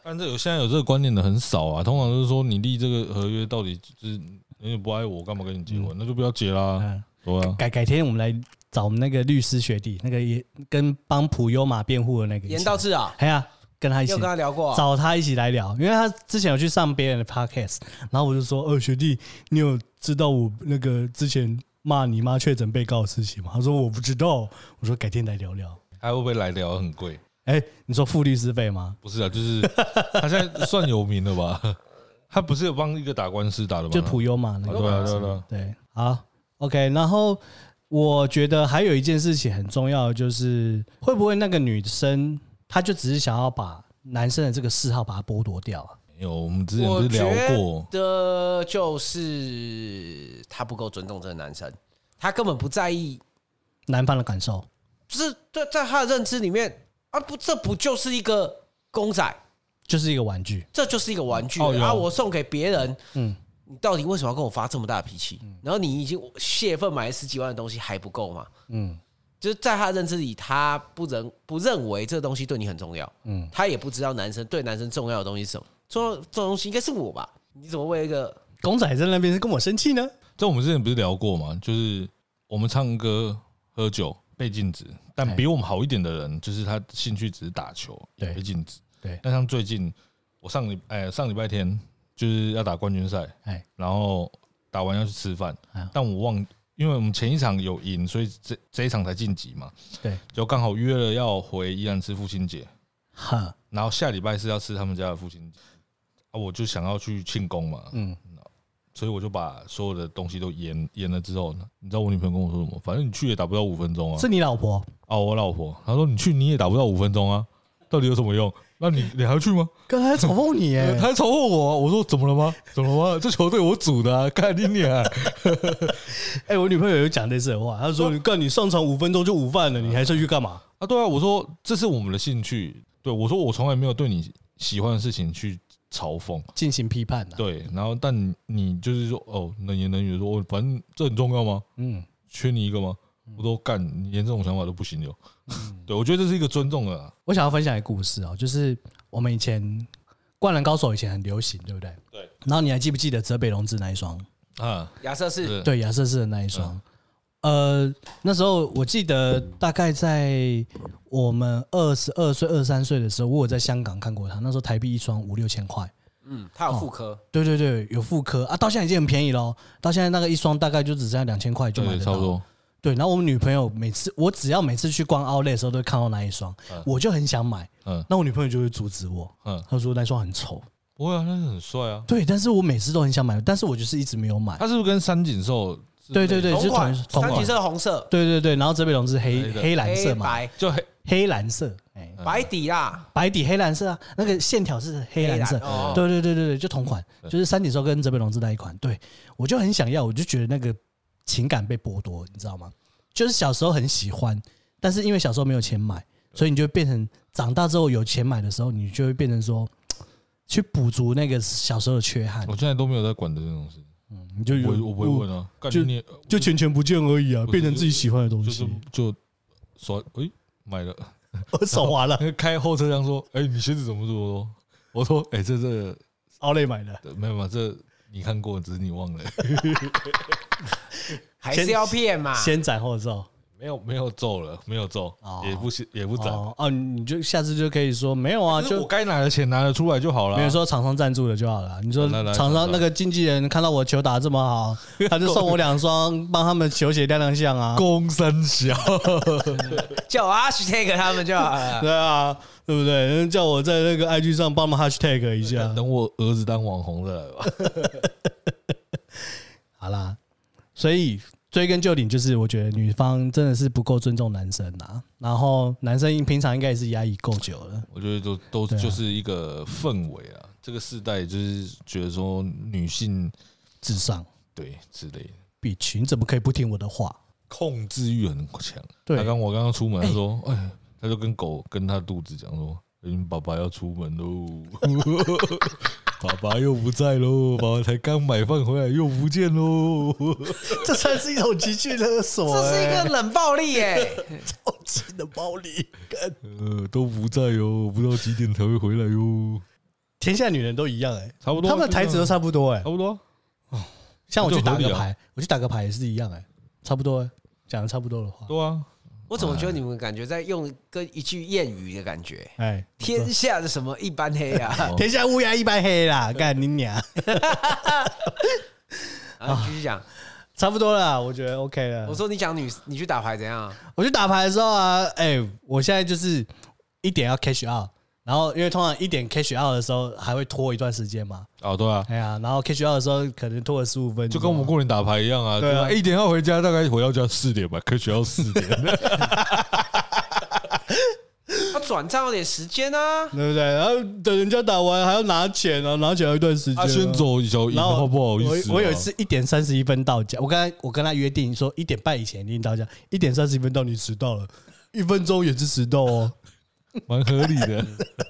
但这有现在有这个观念的很少啊。通常就是说，你立这个合约到底就是你不爱我，干嘛跟你结婚？那就不要结啦，
嗯，
对啊。
改改天我们来找我们那个律师学弟，那个也跟帮普优马辩护的那个一起
严道，志啊，
哎呀，跟他一
你
起
有跟他聊过啊？
找他一起来聊，因为他之前有去上别人的 podcast，然后我就说：“呃，学弟，你有知道我那个之前骂你妈确诊被告的事情吗？”他说：“我不知道。”我说：“改天来聊聊。
还会不会来聊很贵？”
哎，你说付律师费吗？
不是啊，就是 他现在算有名了吧？他不是有帮一个打官司打的吗？
就普优嘛，那
啊
个
对啊，对啊，对啊。
对，好，OK。然后我觉得还有一件事情很重要，就是会不会那个女生她就只是想要把男生的这个嗜好把它剥夺掉啊？
没有，我们之前不
我
是
觉
聊过，
得就是他不够尊重这个男生，他根本不在意，
男方的感受，
就是在在他的认知里面啊，不，这不就是一个公仔，
就是一个玩具。
这就是一个玩具
哦有
啊，我送给别人，
嗯，
你到底为什么要跟我发这么大的脾气？然后你已经泄愤买了十几万的东西还不够吗？
嗯
就是在他的认知里，他不认不认为这个东西对你很重要，
嗯。
他也不知道男生对男生重要的东西是什么，重要这东西应该是我吧？你怎么为一个
公仔在那边是跟我生气呢？
这我们之前不是聊过吗？就是我们唱歌、喝酒被禁止，但
哎
比我们好一点的人，就是他兴趣只是打球，也
对
被禁止。
对
但像最近我上礼哎上礼拜天就是要打冠军赛，
哎
然后打完要去吃饭
哎呀，
但我忘，因为我们前一场有赢，所以这这一场才晋级嘛，
对，
就刚好约了要回宜兰吃父亲节，
哈，
然后下礼拜是要吃他们家的父亲节，啊，我就想要去庆功嘛，
嗯，
所以我就把所有的东西都延延了之后呢，你知道我女朋友跟我说什么？反正你去也打不到五分钟啊
是。你老婆，
哦，我老婆她说你去你也打不到五分钟啊，到底有什么用？那你你还要去 吗？
刚才嘲讽你耶
她，还嘲讽我啊、我说怎么了吗？怎么了吗？这球队我组的、啊，看你 俩。
哎，我女朋友有讲类似的话，她说你干你上场五分钟就午饭了，你还是去干嘛？
啊，对啊，我说这是我们的兴趣。对我说我从来没有对你喜欢的事情去嘲讽。
进行批判呢？啊
对，然后但你就是说哦，能言能语地说，哦，反正这很重要吗？
嗯，
缺你一个吗？我都干，你连这种想法都不行哟。
嗯
对，我觉得这是一个尊重的、啊。
我想要分享一个故事哦，就是我们以前《灌篮高手》以前很流行，对不对？
对。
然后你还记不记得泽北龙志那一双？
啊，
亚瑟士？
是，
对，亚瑟士的那一双。呃，那时候我记得大概在我们二十二岁、二三岁的时候，我有在香港看过他。那时候台币一双五六千块，
嗯，它有妇科，
对对对，有妇科啊，到现在已经很便宜喽。到现在那个一双大概就只剩下两千块就买
对，
得
差
到
不。多。
对，然后我女朋友每次我只要每次去逛 Outlet 的时候，都会看到那一双，我就很想买。
嗯
那我女朋友就会阻止我，
嗯，
她说那双很丑。
不会啊，那是很帅啊。
对，但是我每次都很想买，但是我就是一直没有买。
他是不是跟三井寿是
对对
类似？
对，就是
同款，
同同
三橘
款。
色红色，
对对对，然后泽北龙是
黑
黑
的
黑蓝色
黑
嘛，
白
就黑
黑蓝色，哎，
白底啦，
白底黑蓝色啊，那个线条是黑蓝色
黑蓝哦。
对对对对对，就同款，就是三井寿跟泽北龙是那一款。对我就很想要，我就觉得那个情感被剥夺，你知道吗？就是小时候很喜欢，但是因为小时候没有钱买，所以你就会变成长大之后有钱买的时候，你就会变成说去补足那个小时候的缺憾
我。现在都没有在管的这种事，
你就有
我我不会问啊，干
就
你
就钱钱不见而已啊，
不是
变成自己喜欢的东
就是
西。
就说诶买了，
我手滑了，
那个开后车厢说哎、你鞋子怎么这么多？我说哎、这这
奥莱买的，
没有嘛，这你看过，只是你忘了、
还是要骗嘛？
先斩后奏。
没有没有皱了，没有皱、
哦
也不是也不涨。
哦哦，你就下次就可以说没有啊，
就是我
就
该拿的钱拿得出来就好了、
没有说厂商赞助的就好了啊。你说
啊来来
厂
厂
商
商
那个经纪人看到我球打得这么 好，他就送我两双，帮他们球鞋亮亮相 啊。
公三小，
叫 hashtag 他们就好了。
对啊，对不对？叫我在那个 IG 上帮忙 hashtag 一下。
等我儿子当网红再来 吧。
好啦，所以追根究底，就是我觉得女方真的是不够尊重男生啊。然后男生平常应该也是压抑够久了，
我觉得都都
对啊
就是一个氛围啊，这个世代就是觉得说女性
至上
对之类的
必群，你怎么可以不听我的话？
控制欲很强。
对
他刚我刚刚出门，他说，哎，他就跟狗跟他肚子讲说，嗯，爸爸要出门喽， 爸爸又不在喽，爸爸才刚买饭回来又不见喽。
这算是一种情绪勒 索、
这是一个冷暴力耶、
超级的暴力。干
呃，都不在哟，不知道几点才会回来哟。
天下女人都一样哎、
差不多
他们的台词都差不多哎、
差不多啊，
像我去打
就合
个
理啊
牌，我去打个牌也是一样哎、差不多、欸，讲的差不多的话，
对啊，
我怎么觉得你们感觉在用跟一句谚语的感觉？
哎，
天下的什么一般黑 啊？
天下乌鸦一般黑啦，干你娘，
啊，继续讲。
哦差不多了，我觉得 OK 了。
我说你讲女，你去打牌怎样啊？
我去打牌的时候啊，哎、我现在就是一点要 cash out，然后因为通常一点 cash out 的时候还会拖一段时间嘛，
啊对啊，
哎呀，然后 cash out 的时候可能拖了十五分钟，
就跟我们过年打牌一样啊，
对
对
啊
啊，一点要回家，大概回到家四点吧，可以学到 四点。
要转账要点时间啊。
对不对？然后等人家打完还要拿钱啊，拿钱要一段时间、
他先。走，小赢
然后
好不好意思啊？
我我有一次一点三十一分到家，我跟他我跟他约定说一点半以前一定到家，一点三十一分到你迟到了，一分钟也是迟到 哦。
蛮合理 的，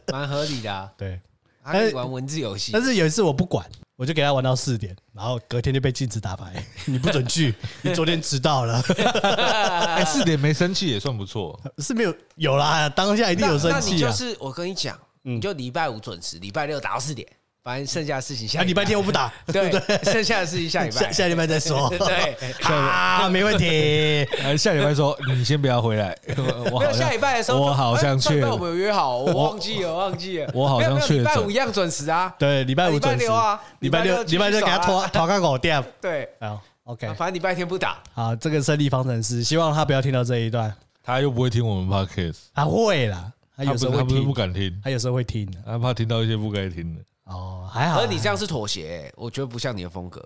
蛮合理的、啊。
对，
他可以玩文字游戏
哎 但，是有一次我不管，我就给他玩到四点，然后隔天就被禁止打 牌，你不准去，你昨天迟到了，
哎，四点没生气也算不错。
是没有有啦，当下一定有生
那你
气
就
啊。
是我跟你讲，你就礼拜五准时，礼拜六打到四点，反正剩下的事情下
啊，礼拜天我不打，
对，剩下的事情下礼
下
拜
下礼拜再说。
对，
啊，没问题。
哎，下礼拜说你先不要 回来，我 好
没有下
像
礼拜的时候，哎
我好像
上礼
去
拜我们有约好，我忘记了，忘记了，
我好像
没有没有礼拜
确诊
五一样准时啊，
对，礼拜五
礼拜
准时
六啊
礼拜六
礼
礼
拜
拜
六
六给
继续
他
耍
拖
啊
拖个狗店。
对，啊
好，OK，
反正礼拜天不打，
好，这个胜利方程式，希望他不要听到这一段。
他又不会听我们 podcast，
他会啦，他有
他不
时
是
候
他
会
不是不
听，
敢听，
他有时候会听的。
他怕听到一些不该听的。
哦，还好
而
啦，
你这样是妥协欸，我觉得不像你的风格，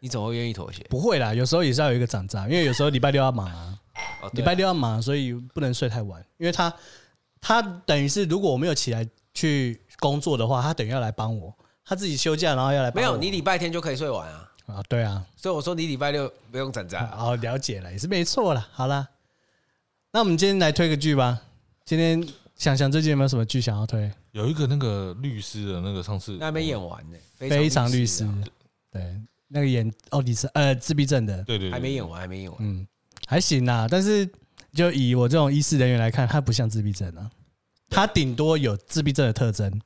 你怎么会愿意妥协？
不会啦，有时候也是要有一个长账，因为有时候礼拜六要忙啊，
哦对
礼拜六要忙，所以不能睡太晚，因为他他等于是如果我没有起来去工作的话，他等于要来帮我，他自己休假然后要来帮
没
我
有，你礼拜天就可以睡晚啊，
啊，对啊，
所以我说你礼拜六不用整站。啊
哦，了解了，也是没错了。好啦，那我们今天来推个剧吧。今天想想最近有没有什么剧想要推？
有一个那个律师的那个上次
那还没，演完呢，
非常律师
啊，
对，那个演哦，你是呃自闭症的，
对对，对
还没演完，还没演完。
嗯，还行啦。但是就以我这种医师人员来看，他不像自闭症啊，他顶多有自闭症的特征。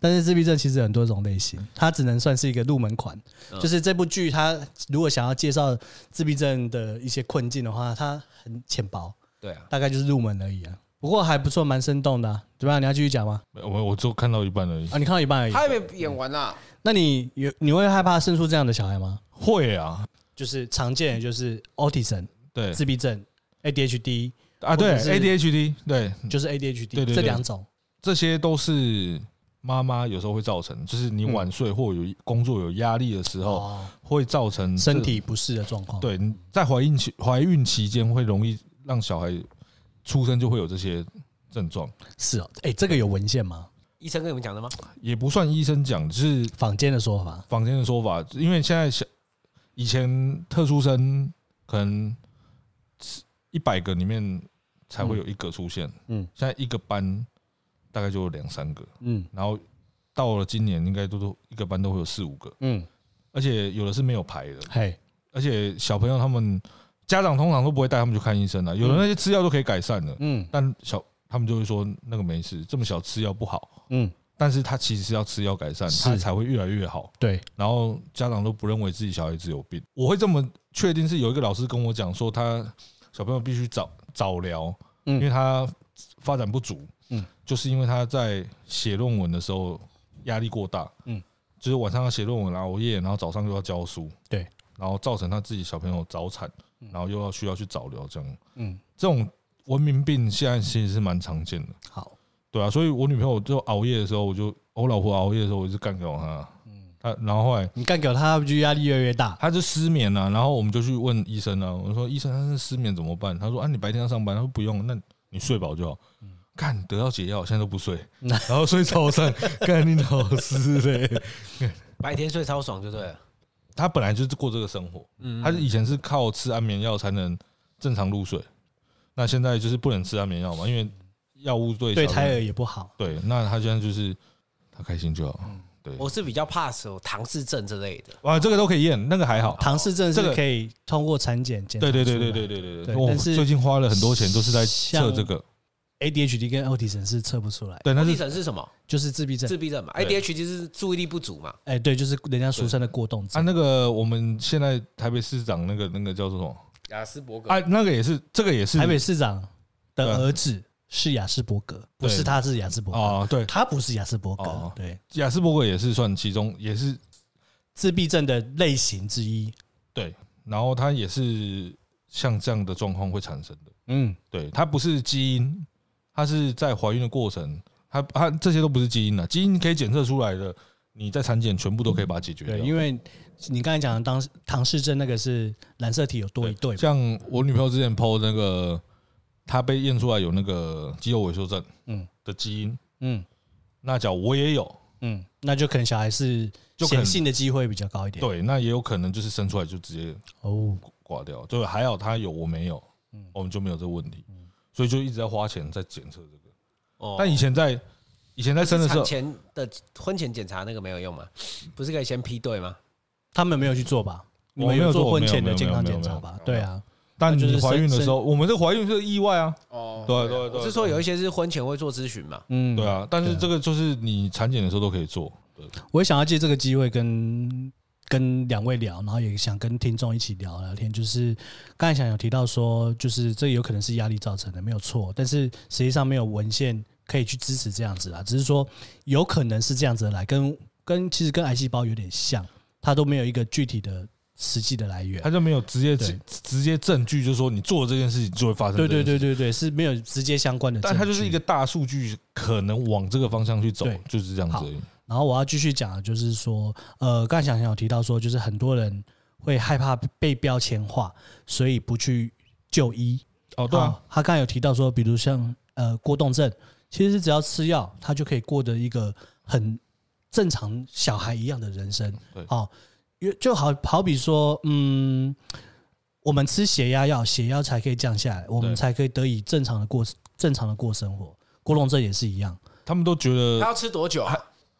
但是自闭症其实有很多种类型，它只能算是一个入门款。
嗯
就是这部剧，它如果想要介绍自闭症的一些困境的话，它很浅薄，
对啊，
大概就是入门而已啊。不过还不错，蛮生动的啊、怎么样？你要继续讲吗？
我我就看到一半而已
啊，。你看到一半而已
他。还没演完啊啦。
那你有你会害怕生出这样的小孩吗？
会啊，
就是常见的就是 autism
对
自闭症、ADHD
啊，对
或者是
ADHD，对
就是 ADHD
嗯对对对
这两种。
这些都是妈妈有时候会造成，就是你晚睡或有工作有压力的时候，
嗯哦，
会造成这
身体哦不适的状况。，
对你在怀孕期怀孕期间会容易让小孩出生就会有这些症状，
是哦。哎，这个有文献吗？
医生跟你们讲的吗？
也不算医生讲，就是
坊间的说法。
坊间的说法，因为现在小以前特殊生可能一百个里面才会有一个出现，
嗯
现在一个班大概就有两三个，
嗯
然后到了今年应该都都一个班都会有四五个，
嗯，
而且有的是没有排的，
嘿，
而且小朋友他们家长通常都不会带他们去看医生啊了，有的那些吃药都可以改善的，
嗯
但小他们就会说那个没事，这么小吃药不好，
嗯，
但是他其实是要吃药改善，
是
他才会越来越好。
对，
然后家长都不认为自己小孩子有病。我会这么确定是有一个老师跟我讲说，他小朋友必须早早疗，
嗯
因为他发展不足，
嗯
就是因为他在写论文的时候压力过大，
嗯
就是晚上要写论文，然后熬夜，然后早上又要教书，
对，
然后造成他自己小朋友早产，然后又要需要去早疗，这样
嗯，
这种文明病现在其实是蛮常见的。
好，
对啊，所以我女朋友就熬夜的时候，我就我老婆熬夜的时候，我就干掉她。
嗯
她然后后来
你干掉他，就压力越来越大。
她就失眠了、然后我们就去问医生啊，我说医生，她是失眠怎么办？她说啊，你白天要上班，她说不用，那你睡饱就好。干得到解药，现在都不睡，然后睡早上，干你老师嘞！
白天睡超爽就对了。嗯
她本来就是过这个生活，她以前是靠吃安眠药才能正常入睡，那现在就是不能吃安眠药嘛，因为药物对
对
小朋
胎
友
儿也不好。
对，那她现在就是她开心就好。对，
我是比较怕什么唐氏症之类的，
哇，这个都可以验，那个还好。
唐氏症
这个
是可以通过产检检查
对对对
出来
对对
对
对对，我
但是
最近花了很多钱，都是在测这个。
ADHD 跟 autism 是测不出来，
对，那
地
是
神是什么？
就是自闭症
自。闭症嘛
对
，ADHD 就是注意力不足嘛。
哎，对，就是人家俗称的过动
啊，
症。
那个我们现在台北市长那个那个叫做什么？
雅斯伯格
啊，那个也是，这个也是
台北市长的儿子是雅斯伯格，不是
对
他是雅斯伯格，
啊， 对，
他不是雅斯伯格
哦，
对，
雅斯伯格也是算其中，也是
自闭症的类型之一。
对，然后他也是像这样的状况会产生的。
嗯，
对，它不是基因，它是在怀孕的过程，它它这些都不是基因了，啊基因可以检测出来的，你在产检全部都可以把它解决掉
对，。因为你刚才讲的当唐氏症那个是染色体有多一对嘛，
像我女朋友之前 PO 那个，她被验出来有那个肌肉萎缩症，
嗯
嗯的基因，
嗯
那脚我也有，
嗯，那就可能小孩是
就可
显
能
性的机会比较高一点。
对，那也有可能就是生出来就直接
哦，
挂掉，就是还好她有我没有，
嗯
我们就没有这个问题，所以就一直在花钱在检测这个。
哦
但以前在以前在生的时候
产，前的婚前检查那个没有用吗？不是可以先批对吗？
他们没有去做吧？你
我
们
没有
做
做
婚
没有
前
没
的
有
健
没有
康
没有
检
没
查
有
吧？
没
对
有
啊，
但
就是
你怀孕的
生
时候，我们这怀孕是意外啊，
哦
对啊对啊对啊
我是说有一些是婚前会做咨询嘛。
嗯，
对啊，但是这个就是你产检的时候都可以做，对
我也想要借这个机会跟跟两位聊，然后也想跟听众一起聊聊天。就是刚才想有提到说，就是这有可能是压力造成的，没有错，但是实际上没有文献可以去支持这样子啦，只是说有可能是这样子的来，跟跟其实跟癌细胞有点像，它都没有一个具体的实际的来源
他。就没有直接
对
直接证据，就说你做这件事情就会发生。
对对对，对对，是没有直接相关的证据。
但它就是一个大数据，可能往这个方向去走
对，
就是这样子而已。
然后我要继续讲的就是说，呃，刚才想想有提到说，就是很多人会害怕被标签化，所以不去就医。
哦，对啊
好，他刚才有提到说，比如像呃过动症，其实只要吃药，他就可以过得一个很正常小孩一样的人生。
对
好、因为就好好比说，嗯，我们吃血压药，血压才可以降下来，我们
对
才可以得以正常的过正常的过生活。过动症也是一样。
他们都觉
他
得
要吃多久啊？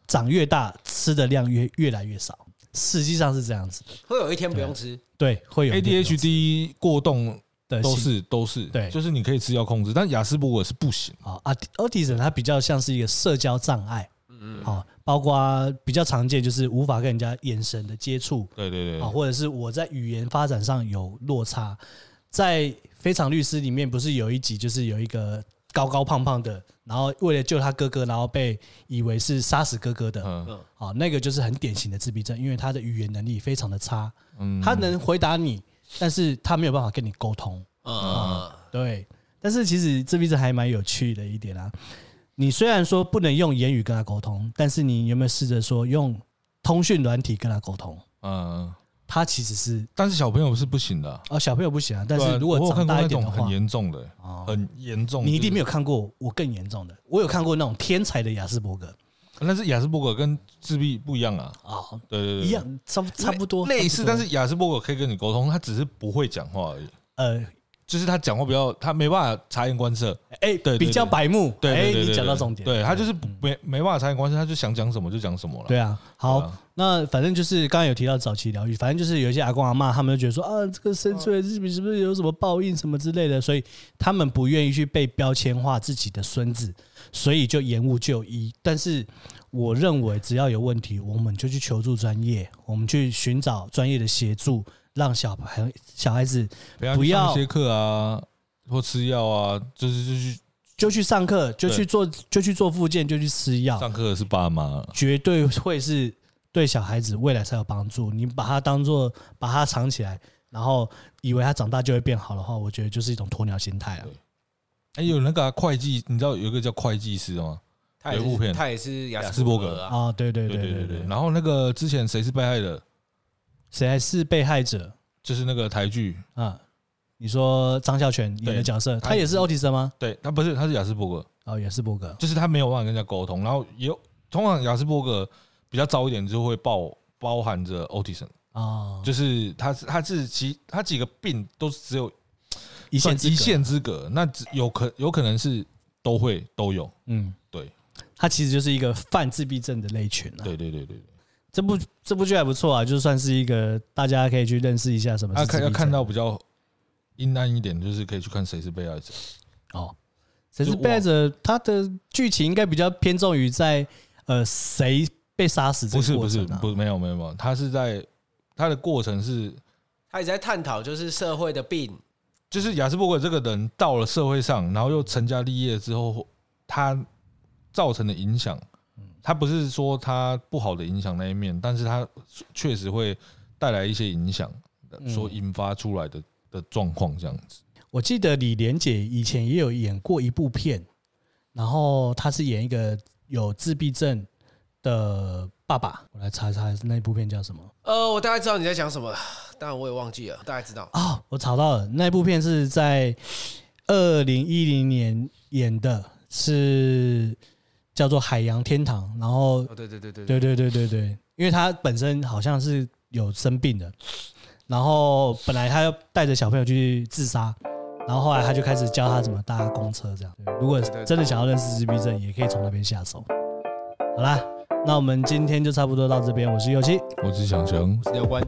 长越大，吃的量越越来越少，实际上是这样子的。
会有一天不用吃，
对，会有一点
ADHD 过动
的
都
呃性
是都是，
对
就是你可以吃药控制，但雅斯伯格是不行。
啊，阿奥提森他比较像是一个社交障碍，嗯，好，包括比较常见就是无法跟人家眼神的接触
对对
啊，
对，
或者是我在语言发展上有落差。在《非常律师》里面不是有一集就是有一个高高胖胖的，然后为了救他哥哥，然后被以为是杀死哥哥的，
嗯
好，那个就是很典型的自闭症，因为他的语言能力非常的差，
嗯
他能回答你，但是他没有办法跟你沟通。
嗯，
对，但是其实自闭症还蛮有趣的一点啊。你虽然说不能用言语跟他沟通，但是你有没有试着说用通讯软体跟他沟通？
嗯，
他其实是
但是小朋友是不行的啊。
哦，小朋友不行啊，但
对
是
啊
如
我
果
有
长
看过
大一
那
点
种
的话哦
很，严重的，很严重，
你一定没
有。
有看过我更严重的，我有看过那种天才的雅斯伯格
但是雅斯伯格跟自闭不一样啊，
啊，
对对对，
一样差不差不多
类似，
差不
但
多
是雅斯伯格可以跟你沟通，他只是不会讲话而已，
呃，
就是他讲话比较，他没办法察言观色。
哎
对对，
比较白目，
对
哎
对，对对
你讲到
对
重点，嗯
对他就是不没没办法察言观色，他就想讲什么就讲什么了。
对啊，好，
对啊
那反正就是刚刚有提到早期疗愈，反正就是有一些阿公阿妈，他们就觉得说啊，这个生出来是不是是不是有什么报应什么之类的，所以他们不愿意去被标签化自己的孙子，所以就延误就医。但是我认为，只要有问题，我们就去求助专业，我们去寻找专业的协助，让小孩小孩子
陪他
不
去上
要
一些课啊，或吃药啊，就是就是
就去上课，就
对
去做就去做复健，就去吃药，
上课的是爸妈，
绝对会是对小孩子未来才有帮助。你把它当做把它藏起来，然后以为他长大就会变好的话，我觉得就是一种鸵鸟心态啊。
哎、有那个啊、会计，你知道有一个叫会计师的吗？
他也
有部片
是他也是雅斯格啊，
啊，对对对
对
对对，
然后那个之前谁是被害的？
谁还是被害者
就是那个台剧，
啊？你说张孝全演的角色，
他
他也是 autism 吗？
对他不是，他是雅斯伯格，
哦，也是伯格。
就是他没有办法跟人家沟通。然后也有通常雅斯伯格比较早一点就会包包含着 autism，
啊，
就是他是他是其他几个病都是只有
一线之
算一
隔，
线之隔，那只有可有可能是都会都有。
嗯，
对，
他其实就是一个泛自闭症的类群啊。
对对对对对，
这部这部剧还不错啊，就算是一个大家可以去认识一下什么
啊
是自
看
闭
要
症。
看到比较阴暗一点，就是可以去看谁是被害者。
哦，谁
就是哇
被害者？他的剧情应该比较偏重于在呃谁被杀死这
不是
个
不
过
是
程啊。
不是没有没有没有，他是在他的过程是，
他也在探讨就是社会的病，
就是雅斯伯格这个人到了社会上，然后又成家立业之后，他造成的影响，他不是说他不好的影响那一面，但是他确实会带来一些影响，
嗯
所引发出来的的状况这样子。
我记得李连杰以前也有演过一部片，然后他是演一个有自闭症的爸爸。我来查一查那部片叫什么
呃，我大概知道你在讲什么了，当然我也忘记了，大概知道。
哦，我查到了，那部片是在二零一零年演的，是叫做《海洋天堂》，然后
哦，对对对对对，
对对对对对，因为他本身好像是有生病的，然后本来他要带着小朋友去自杀，然后后来他就开始教他怎么搭公车这样。对如果真的想要认识自闭症，也可以从那边下手。好啦，那我们今天就差不多到这边，我是右七，
我只想想，
辽关。